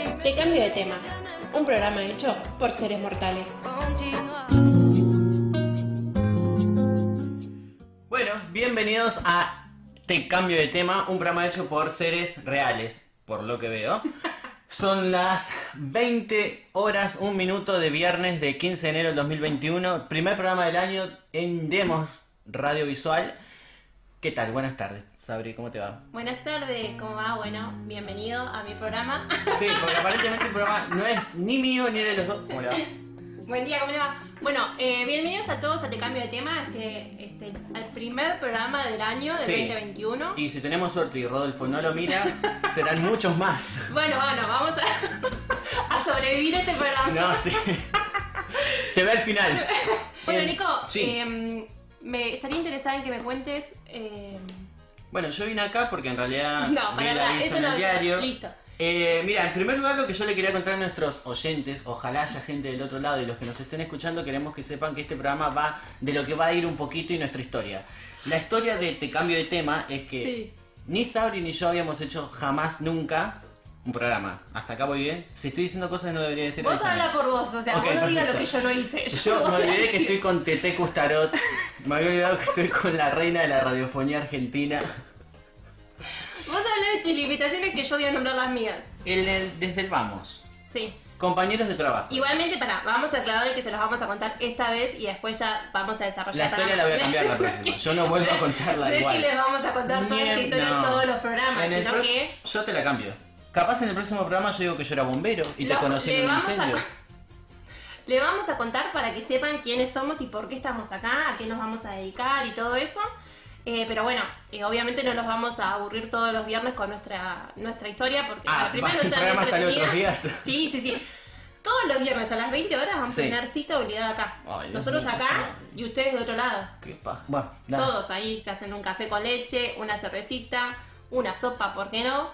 de tema, un programa hecho por seres mortales. Bueno, bienvenidos a Te Cambio de Tema, un programa hecho por seres reales, por lo que veo. Son las 20 horas, un minuto de viernes de 15 de enero del 2021, primer programa del año en Demos Radiovisual. ¿Qué tal? Buenas tardes, Sabri, ¿cómo te va? Buenas tardes, ¿cómo va? Bueno, bienvenido a mi programa. Sí, porque aparentemente el programa no es ni mío ni de los dos. ¿Cómo le va? Buen día, ¿cómo le va? Bueno, eh, bienvenidos a todos a Te Cambio de Tema, este, este, al primer programa del año del Sí. 2021. Y si tenemos suerte y Rodolfo no lo mira, serán muchos más. Bueno, bueno, vamos a, a sobrevivir a este programa. No, sí. Te ve al final. Bueno, Eh, Nico, sí. em, me estaría interesada en que me cuentes... em, Bueno, yo vine acá porque en realidad no, vi para el nada, aviso eso en no el lo diario. Listo. Eh, mira, en primer lugar lo que yo le quería contar a nuestros oyentes, ojalá haya gente del otro lado y los que nos estén escuchando, queremos que sepan que este programa va de lo que va a ir un poquito y nuestra historia. La historia de Te Cambio de Tema es que Sí. ni Sabri ni yo habíamos hecho jamás, nunca, un programa. ¿Hasta acá voy bien? Si estoy diciendo cosas que no debería decir... Vos avísame. habla por vos, o sea, Ok, vos no digas lo que perfecto. yo no hice. Yo voy me a olvidé que decir. estoy con Tete Custarot. Me había olvidado que estoy con la reina de la radiofonía argentina. Vos hablás de tus limitaciones que yo voy a nombrar las mías. El- el- desde el vamos. Sí. Compañeros de trabajo. Igualmente, para, vamos a aclarar que se los vamos a contar esta vez y después ya vamos a desarrollar. La historia la voy a cambiar la próxima. Yo no vuelvo a No contarla es que igual. les vamos a contar toda esta Ni en- historia en no. todos los programas, En el sino pro- que Yo te la cambio. Capaz en el próximo programa yo digo que yo era bombero y te Lo- conocí le en un vamos a- incendio. le vamos a contar para que sepan quiénes somos y por qué estamos acá, a qué nos vamos a dedicar y todo eso. Eh, pero bueno, eh, obviamente no los vamos a aburrir todos los viernes con nuestra, nuestra historia porque Ah, la primera va, el está programa muy sale otros entretenida. días. Sí, sí, sí. Todos los viernes a las 20 horas vamos Sí. a tener cita obligada acá. Ay, Dios Nosotros mío, acá no. y ustedes de otro lado. Qué paja. Bueno, nada. Todos ahí se hacen un café con leche, una cervecita, una sopa, ¿por qué no?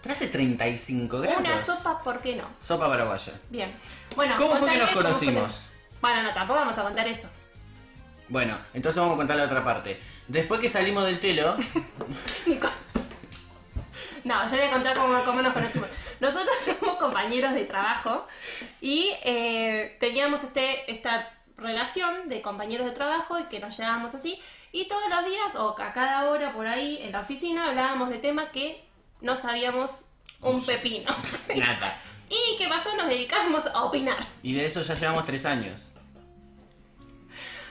Pero hace 35 grados. Una sopa, ¿por qué no? Sopa paraguaya. Bien. Bueno, ¿Cómo fue contame que nos cómo fue que- conocimos? Bueno, no, tampoco vamos a contar eso. Bueno, entonces vamos a contar la otra parte. Después que salimos del telo, Nico. No, yo voy a contar cómo, cómo nos conocimos. Nosotros somos compañeros de trabajo y eh, teníamos este, esta relación de compañeros de trabajo y que nos llevábamos así. Y todos los días o a cada hora por ahí en la oficina hablábamos de temas que no sabíamos un pepino. nada. ¿Y qué pasó? Nos dedicábamos a opinar. Y de eso ya llevamos tres años.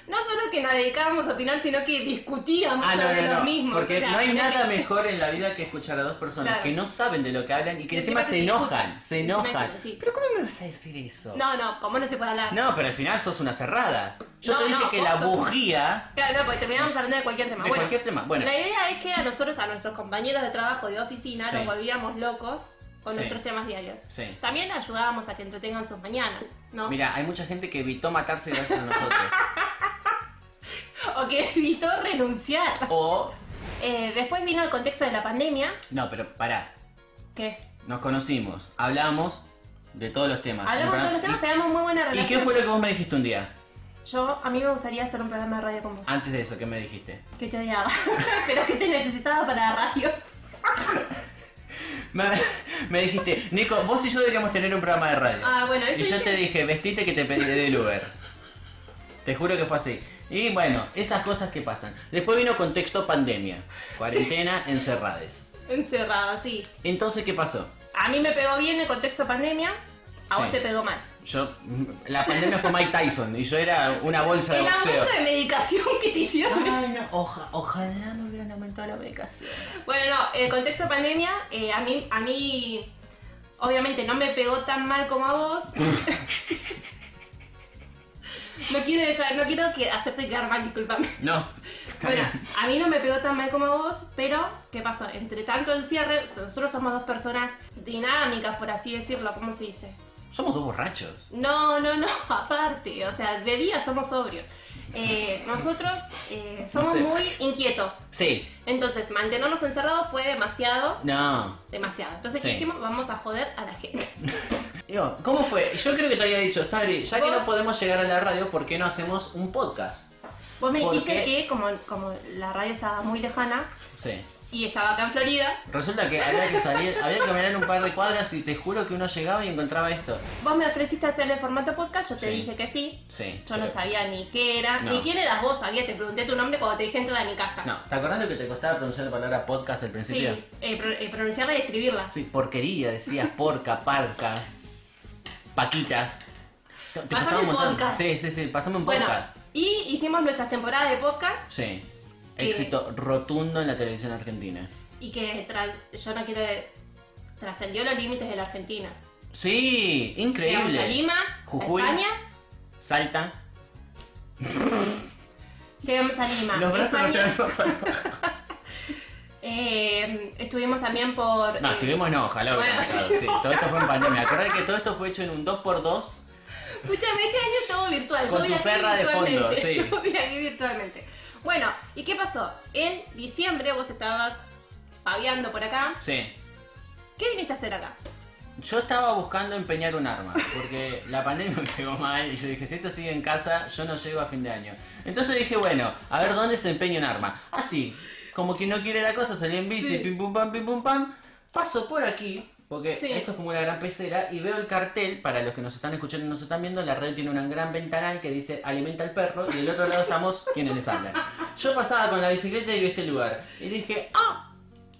No solo que nos dedicábamos a opinar, sino que discutíamos Ah, no, sobre no, lo no. mismo. Porque O sea, no hay era nada que- mejor en la vida que escuchar a dos personas Claro. que no saben de lo que hablan y que encima encima se que te enojan, discutan. se Encima que enojan. te- sí. Pero ¿cómo me vas a decir eso? No, no, ¿cómo no se puede hablar? No, pero al final sos una cerrada. Yo No, te dije no, que vos la sos- bujía Claro, no, porque terminábamos hablando de cualquier tema. de bueno, cualquier tema. Bueno, la idea es que a nosotros, a nuestros compañeros de trabajo y de oficina, Sí. nos volvíamos locos con Sí. nuestros temas diarios. sí. También ayudábamos a que entretengan sus mañanas, ¿no? Mira, hay mucha gente que evitó matarse gracias a nosotros. O que evitó renunciar. o. Eh, después vino el contexto de la pandemia, No, pero pará. que Nos conocimos, hablamos de todos los temas. hablamos de todos los temas, pegamos muy buena Ah, ¿Y, ¿Y relación. qué fue lo que vos me dijiste un día? Yo, a mí me gustaría hacer un programa de radio con vos. Antes de eso, ¿qué me dijiste? Que te odiaba, pero que te necesitaba para la radio. Me, me dijiste, Nico, vos y yo deberíamos tener un programa de radio. Ah, bueno, eso Y yo dije- te dije, vestite que te pediré del Uber. Te juro que fue así. Y bueno, esas cosas que pasan. Después vino contexto pandemia. Cuarentena, encerrades. Encerrado, sí. Entonces, ¿qué pasó? A mí me pegó bien el contexto pandemia, a vos Sí. te pegó mal. Yo, la pandemia fue Mike Tyson y yo era una bolsa de El boxeo. aumento de medicación que te hicieron. Ay, no, oja- ojalá me hubieran aumentado la medicación. Bueno, no, el contexto pandemia, eh, a mí, a mí, obviamente no me pegó tan mal como a vos. no quiero dejar, no quiero que hacerte quedar mal, discúlpame. No. está Bueno, bien. a mí no me pegó tan mal como a vos, pero ¿qué pasó? Entre tanto el cierre, nosotros somos dos personas dinámicas, por así decirlo, ¿cómo se dice? Somos dos borrachos. No, no, no, aparte, o sea, de día somos sobrios. Eh, nosotros eh, somos sé. muy inquietos, Sí. entonces mantenernos encerrados fue demasiado No. demasiado. Entonces Sí. dijimos, vamos a joder a la gente. Digo, ¿Cómo fue? Yo creo que te había dicho, Sabri, ya que Vos- no podemos llegar a la radio, ¿por qué no hacemos un podcast? Vos me ¿Por dijiste qué? que como, como la radio estaba muy lejana, Sí. y estaba acá en Florida. Resulta que había que salir, había que caminar un par de cuadras y te juro que uno llegaba y encontraba esto. Vos me ofreciste hacer el formato podcast, yo te Sí. dije que sí. Sí. Yo no pero- sabía ni qué era, No. ni quién eras vos, sabía, te pregunté tu nombre cuando te dije entrar a mi casa. No, ¿te acordás lo que te costaba pronunciar la palabra podcast al Sí, principio? eh, pro- eh, pronunciarla y escribirla. Sí, porquería, decías porca, parca, paquita. Te Pasame el podcast. Sí, sí, sí, pasame un Bueno, podcast. y hicimos nuestras temporadas de podcast Sí. Que- Éxito rotundo en la televisión argentina. y que tra- yo no quiero... trascendió los límites de la Argentina. Sí, Llegamos a increíble. Lima, Jujuy. a España, Salta. llegamos a Lima. Los brazos no te España, dan para- eh, estuvimos también por... No, eh, estuvimos no, ojalá hubiera Bueno, pasado. Sí, todo esto fue en pandemia. Acordé que todo esto fue hecho en un 2x2. Escúchame, este año es todo virtual. Con yo tu viajé perra de fondo, virtualmente, sí. Yo viajé virtualmente. Bueno, ¿y qué pasó? En diciembre vos estabas paviando por acá. Sí. ¿Qué viniste a hacer acá? Yo estaba buscando empeñar un arma, porque la pandemia me pegó mal y yo dije, si esto sigue en casa, yo no llego a fin de año. Entonces dije, bueno, a ver dónde se empeña un arma. Así, como quien no quiere la cosa, salí en bici, Sí. pim pum pam, pim pum pam, paso por aquí, porque Sí. esto es como una gran pecera, y veo el cartel, para los que nos están escuchando y nos están viendo, la radio tiene una gran ventanal que dice alimenta al perro, y del otro lado estamos quienes les hablan. Yo pasaba con la bicicleta y vi este lugar, y dije, ah,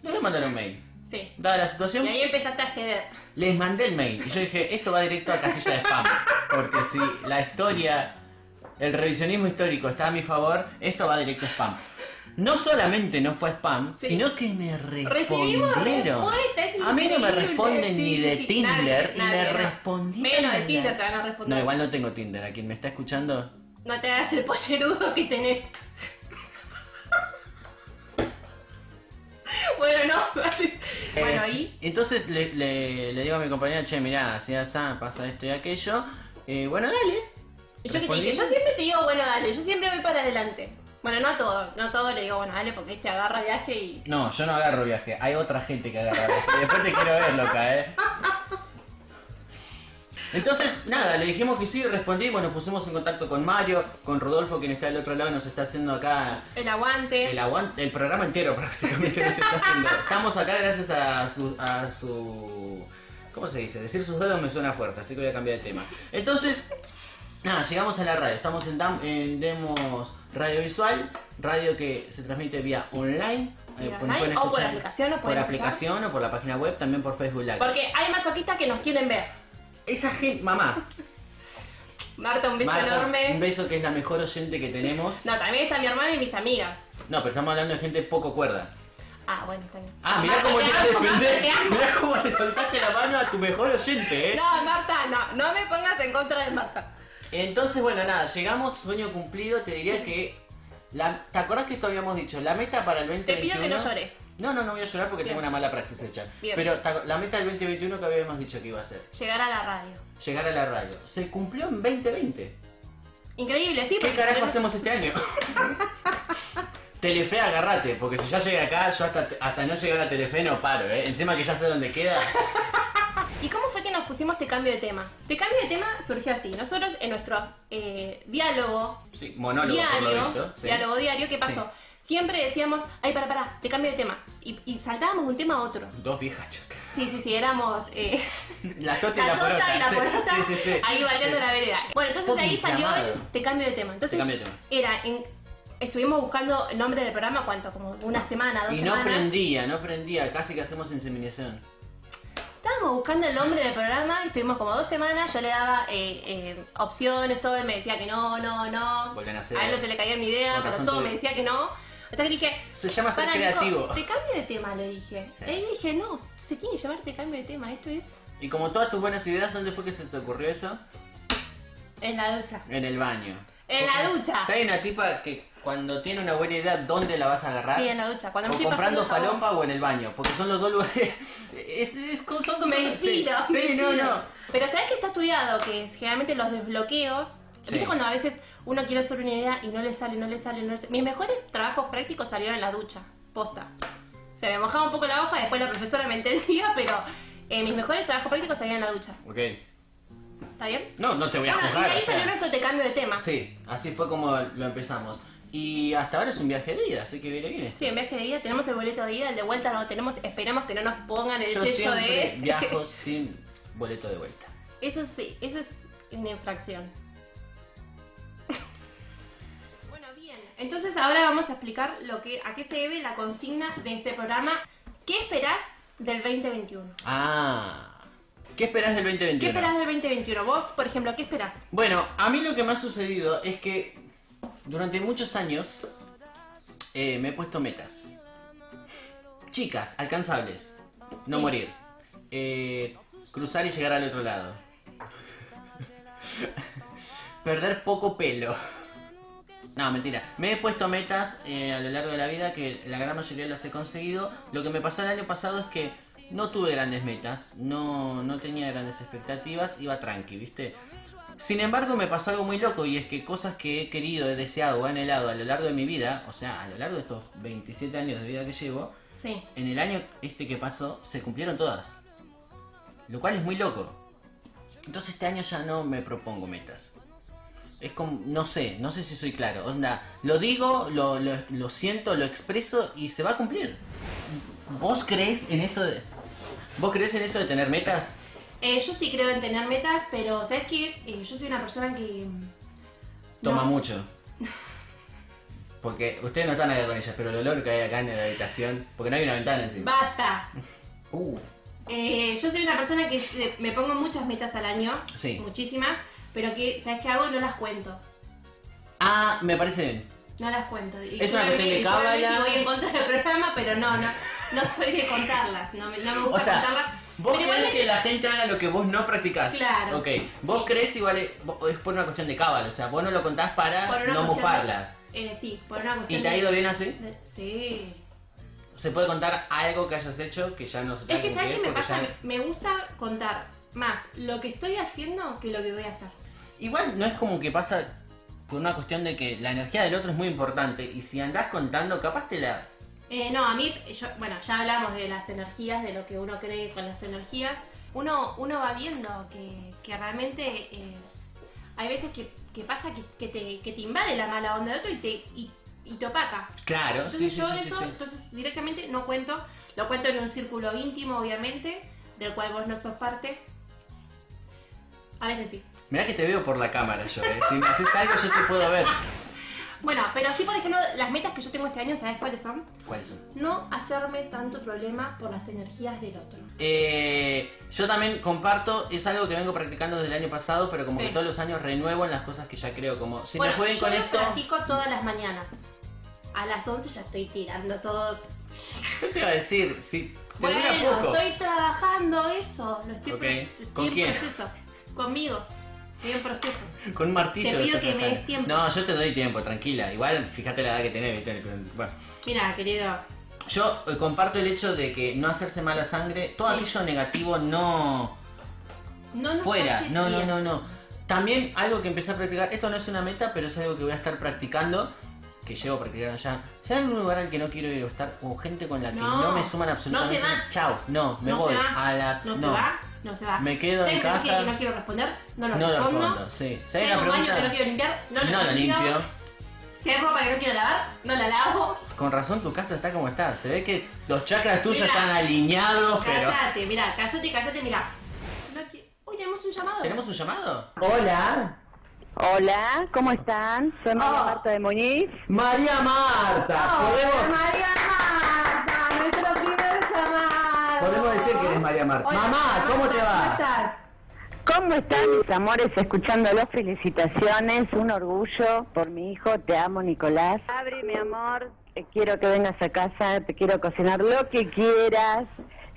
le voy a mandar un mail. Sí. Dada la Y situación, ahí empezaste a jeder. les mandé el mail y yo dije, esto va directo a casilla de spam. Porque si la historia, el revisionismo histórico está a mi favor, esto va directo a spam. No solamente no fue spam, Sí. sino que me Recibimos respondieron. respuesta, es A mí no me increíble. responden Sí, ni sí, de sí, Tinder nadie, y me nadie, no. respondieron. Menos de en Tinder la- te van a responder. No, igual no tengo Tinder. A quien me está escuchando, No te hagas el pollerudo que tenés. bueno, no. vale. Bueno, Eh, y. Entonces le, le- le digo a mi compañera, che, mirá, así, así, pasa esto y aquello. Eh, bueno, dale. ¿Y yo que te respondí. dije? Yo siempre te digo, bueno, dale, yo siempre voy para adelante. Bueno, no a todo, no a todo le digo, bueno, dale, porque este agarra viaje y. No, yo no agarro viaje. Hay otra gente que agarra viaje. Después te quiero ver, loca, eh. Entonces, nada, le dijimos que sí, respondimos, nos pusimos en contacto con Mario, con Rodolfo, quien está del otro lado, nos está haciendo acá El aguante. el, aguante, el programa entero, prácticamente nos está haciendo. Estamos acá gracias a su, a su. ¿Cómo se dice? Decir sus dedos me suena fuerte, así que voy a cambiar de tema. Entonces, Nada, llegamos a la radio. Estamos en, Dam- en Demos Radio Visual, radio que se transmite vía online. Vía pues online pueden o por escuchar aplicación, o por pueden aplicación o por la página web, también por Facebook Live. Porque hay masoquistas que nos quieren ver. Esa gente, mamá, Marta, un beso Marta, enorme. un beso que es la mejor oyente que tenemos. No, también está mi hermana y mis amigas. No, pero estamos hablando de gente poco cuerda. Ah, bueno, está bien. Ah, mirá Marta, cómo te te la amo, Marta, defendés. te amo. Mirá cómo le soltaste la mano a tu mejor oyente, eh. No, Marta, no, no me pongas en contra de Marta. Entonces, bueno, nada, llegamos, sueño cumplido, te diría que... la- ¿Te acordás que esto habíamos dicho? La meta para el 2021... Te pido que no llores. No, no, no voy a llorar porque Bien. tengo una mala praxis hecha. Bien. Pero ta- la meta del 2021 que habíamos dicho que iba a ser, Llegar a la radio. llegar a la radio. Se cumplió en 2020. Increíble, sí. ¿Qué porque carajo tenemos- hacemos este año? Telefe, agarrate, porque si ya llegué acá, yo hasta, hasta no llegar a Telefe no paro, ¿eh? Encima que ya sé dónde queda. ¿Y cómo fue que nos pusimos este cambio de tema? Este cambio de tema surgió así. Nosotros en nuestro eh, diálogo Sí, monólogo, por lo diario, visto. sí. diálogo diario, ¿qué pasó? Siempre decíamos, ay, para, para, te cambio de tema. Y, y saltábamos de un tema a otro. Dos viejas chocas. Sí, sí, sí, éramos eh, La tota y la la, tota y la sí, porota Sí, sí, sí. ahí bailando Sí. la vereda. Bueno, entonces Pobre ahí salió inflamado. el te cambio de tema. Entonces, Te cambio de tema. era, en- estuvimos buscando el nombre del programa, ¿cuánto? Como una semana, dos Y no semanas. prendía, no prendía, casi que hacemos inseminación. Estábamos buscando el nombre del programa, estuvimos como dos semanas, yo le daba eh, eh, opciones, todo, y me decía que no, no, no. Volvían a hacer. él no se le caía mi idea, Con pero razón todo tuve- me decía que no. Hasta que le dije, Se llama ser para creativo. te cambio de tema, le dije. Y ahí dije, no, se tiene que llamar te cambio de tema, esto es Y como todas tus buenas ideas, ¿dónde fue que se te ocurrió eso? en la ducha. En el baño. En la ducha. Si hay una tipa que cuando tiene una buena idea, ¿dónde la vas a agarrar? Sí, en la ducha. Cuando me o estoy comprando pasando jabón. falopa o en el baño, porque son los dos lugares. Es, es- son dos cosas- sí, Mentira. Sí, no, mentira. no. Pero sabes que está estudiado que es generalmente los desbloqueos. Sí. ¿Viste cuando a veces uno quiere hacer una idea y no le sale, no le sale, no le sale? Mis mejores trabajos prácticos salieron en la ducha, posta. Se me mojaba un poco la hoja, después la profesora me entendía, pero eh, mis mejores trabajos prácticos salieron en la ducha. Ok. ¿Está bien? No, no te voy a bueno, y juzgar. de ahí o sea. salió nuestro te cambio de tema. Sí, así fue como lo empezamos. Y hasta ahora es un viaje de ida, así que viene, viene. Sí, en viaje de ida tenemos el boleto de ida, el de vuelta no lo tenemos, esperemos que no nos pongan el Yo sello siempre de... viajo sin boleto de vuelta. Eso sí, eso es una infracción. bueno, bien. Entonces ahora vamos a explicar lo que, a qué se debe la consigna de este programa. ¿Qué esperás del 2021? Ah. ¿Qué esperás del 2021? ¿Qué esperás del 2021? Vos, por ejemplo, ¿qué esperás? Bueno, a mí lo que me ha sucedido es que durante muchos años eh, me he puesto metas. Chicas, alcanzables. No Sí. morir. Eh, cruzar y llegar al otro lado. Perder poco pelo. No, mentira. Me he puesto metas eh, a lo largo de la vida que la gran mayoría las he conseguido. Lo que me pasó el año pasado es que no tuve grandes metas, no, no tenía grandes expectativas, iba tranqui, ¿viste? Sin embargo, me pasó algo muy loco y es que cosas que he querido, he deseado, he anhelado a lo largo de mi vida, o sea, a lo largo de estos 27 años de vida que llevo, Sí. en el año este que pasó se cumplieron todas. Lo cual es muy loco. Entonces este año ya no me propongo metas. Es como, no sé, no sé si soy claro. Onda, lo digo, lo, lo, lo siento, lo expreso y se va a cumplir. ¿Vos crees en eso de... ¿Vos crees en eso de tener metas? Eh, yo sí creo en tener metas, pero ¿sabes qué? Eh, yo soy una persona que... mm, Toma No. mucho. Porque ustedes no están acá con ellas, pero el olor que hay acá en la habitación, porque no hay una ventana encima. ¡Basta! Uh, Eh, yo soy una persona que se- me pongo muchas metas al año, Sí. muchísimas, pero que, ¿sabes qué hago? No las cuento. Ah, me parece bien. No las cuento. Y Es una cuestión de y probablemente cábala. voy en contra del programa, pero no, no, no soy de contarlas. No, me- no me gusta O sea, contarlas. pero vos querés igualmente- que la gente haga lo que vos no practicás. Claro. Ok, vos Sí. crees igual, es- vos- es por una cuestión de cábala, o sea, vos no lo contás por para una no cuestión de- mufarla. eh, sí, por una cuestión ¿Y te ha de- ido bien así? de- Sí. ¿Se puede contar algo que hayas hecho que ya no se te Es va a que, ¿sabes qué cumplir? me Porque pasa? ya- Me me gusta contar más lo que estoy haciendo que lo que voy a hacer. Igual no es como que pasa por una cuestión de que la energía del otro es muy importante y si andás contando, capaz te la... Eh, no, a mí, yo, bueno, ya hablamos de las energías, de lo que uno cree con las energías. Uno, uno va viendo que, que realmente eh, hay veces que, que pasa que, que te, que te invade la mala onda de otro y te, y, y te opaca. Claro, sí, Entonces Ah, sí, yo sí, sí, eso, sí. entonces directamente no cuento, lo cuento en un círculo íntimo, obviamente, del cual vos no sos parte. A veces sí. Mirá que te veo por la cámara yo, eh. si me haces algo yo te puedo ver. Bueno, pero sí, por ejemplo, las metas que yo tengo este año, ¿sabes cuáles son? ¿Cuáles son? No hacerme tanto problema por las energías del otro. Eh, yo también comparto, es algo que vengo practicando desde el año pasado, pero como Sí. que todos los años renuevo en las cosas que ya creo, como si bueno, me jueguen yo con lo esto, practico todas las mañanas. A las 11 ya estoy tirando todo. yo te iba a decir, si te Bueno, dura poco. estoy trabajando eso. Lo estoy, Ok. pro- estoy ¿Con en quién? proceso. Conmigo. Estoy en proceso. Con un martillo. Te pido estás que me trabajando. des tiempo. No, yo te doy tiempo, tranquila. Igual, fíjate la edad que tenés, viste, Bueno. Mira, querido. Yo eh, comparto el hecho de que no hacerse mala sangre, todo Sí. aquello negativo no... No nos fuera. hace No, no, bien. no, no. También algo que empecé a practicar, esto no es una meta, pero es algo que voy a estar practicando, que llevo practicando ya. Si hay algún lugar al que no quiero ir o estar con gente con la que no, No. me suman No absolutamente. se va. nada, Chao, no, me no voy se va. a la No, se va. No se va. Me quedo Si hay en una noticia casa. que no quiero responder, no lo No lo respondo. respondo, sí. Si Si hay hay una un baño que no pregunta, quiero limpiar, no lo no lo limpio. limpio. Si hay ropa que no quiero lavar, no la lavo. Con razón tu casa está como está. Se ve que los chakras tuyos Mira. están alineados, pero. Cállate, mira, cállate, cállate, mira. No qui- Uy, tenemos un llamado. ¿Tenemos un llamado? Hola, Hola, ¿cómo están? Soy María Ah. Marta de Muñiz. María Marta. ¿Podemos, María Marta, nuestro primer llamado. podemos decir que eres María Marta. Mamá, ¿cómo te va? ¿Cómo están mis amores? Escuchándolos, felicitaciones, un orgullo por mi hijo, te amo Nicolás. Abre mi amor, eh, quiero que vengas a casa, te quiero cocinar lo que quieras.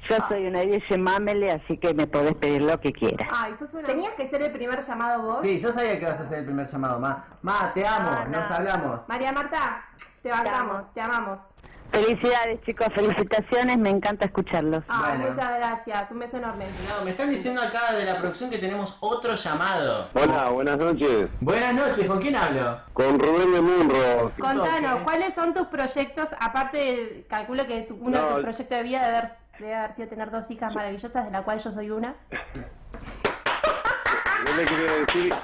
Yo soy una vieja mamele, así que me podés pedir lo que quieras. Ay, sos una... Tenías que ser el primer llamado vos. Sí, yo sabía que vas a ser el primer llamado, ma. Ma, te amo, nos hablamos. María Marta, te bancamos, te amamos. Felicidades chicos, felicitaciones, me encanta escucharlos. Ah, Bueno. muchas gracias, un beso enorme. No, me están diciendo acá de la producción que tenemos otro llamado. Hola, buenas noches. Buenas noches, ¿con quién hablo? Con Rubén de Munro. Contanos, Ok. ¿cuáles son tus proyectos? Aparte, de- calculo que tu- uno de No. tus proyectos de vida debe haber, debe haber sido tener dos hijas maravillosas, de la cual yo soy una. Yo le quería decir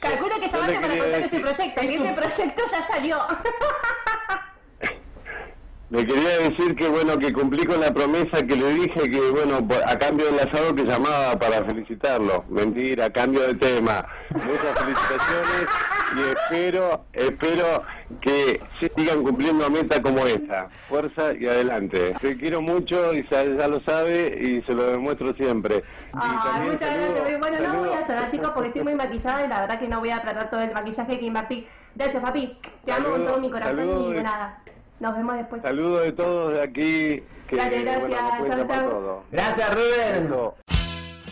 Calculo que llamaste No te para quería contar eh. ese decir. proyecto, que ese proyecto ya salió. Le quería decir que bueno, que cumplí con la promesa que le dije que bueno, por- a cambio del asado que llamaba para felicitarlo. Mentira, cambio de tema. Muchas felicitaciones y espero, espero que sigan cumpliendo metas como esta. Fuerza y adelante. Te quiero mucho y ya, ya lo sabe y se lo demuestro siempre. Y Ay, también muchas saludo- gracias. Bueno, no saludo- voy a llorar, chicos, porque estoy muy maquillada y la verdad que no voy a perder todo el maquillaje que invertí. Gracias, papi. Te amo con Saludos, todo mi corazón saludos. y nada. Nos vemos después. Saludos de todos de aquí. Que, Dale, gracias. Bueno, me cuenta Chau, para chau. todo. Gracias, Rubén. Eso.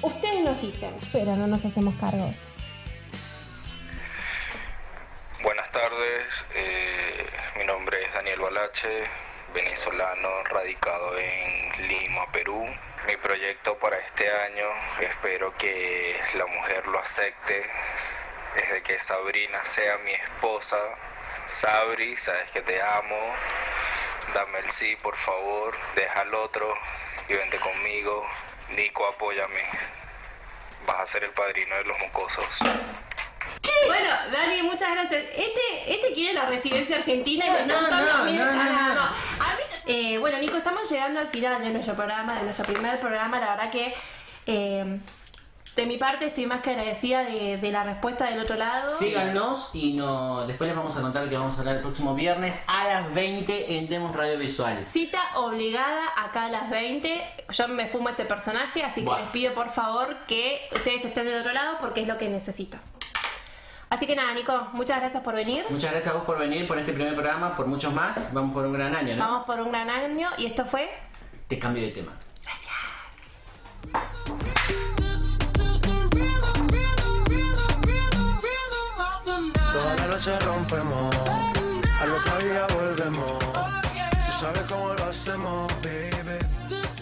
Ustedes nos dicen. pero no nos hacemos cargo. Buenas tardes, eh, mi nombre es Daniel Balache, venezolano radicado en Lima, Perú. Mi proyecto para este año, espero que la mujer lo acepte, es de que Sabrina sea mi esposa. Sabri, sabes que te amo, dame el sí por favor, deja al otro y vente conmigo. Nico, apóyame, vas a ser el padrino de los mocosos. Bueno, Dani, muchas gracias. Este, este quiere la residencia argentina y No, nosotros, no, mira, no, no, no. A mí- eh, bueno, Nico, estamos llegando al final de nuestro programa, de nuestro primer programa. La verdad que eh, de mi parte estoy más que agradecida de, de la respuesta del otro lado. Síganos y no, después les vamos a contar que vamos a hablar el próximo viernes a las 20 en Demos Radio Visual. Cita obligada acá a las 20. Yo me fumo este personaje, así que Buah. les pido por favor que ustedes estén del otro lado porque es lo que necesito. Así que nada, Nico, muchas gracias por venir. Muchas gracias a vos por venir por este primer programa, por muchos más. Vamos por un gran año, ¿no? Vamos por un gran año y esto fue Te cambio de tema. Toda la noche rompemos, al otro día volvemos. Tú sabes cómo lo hacemos, baby.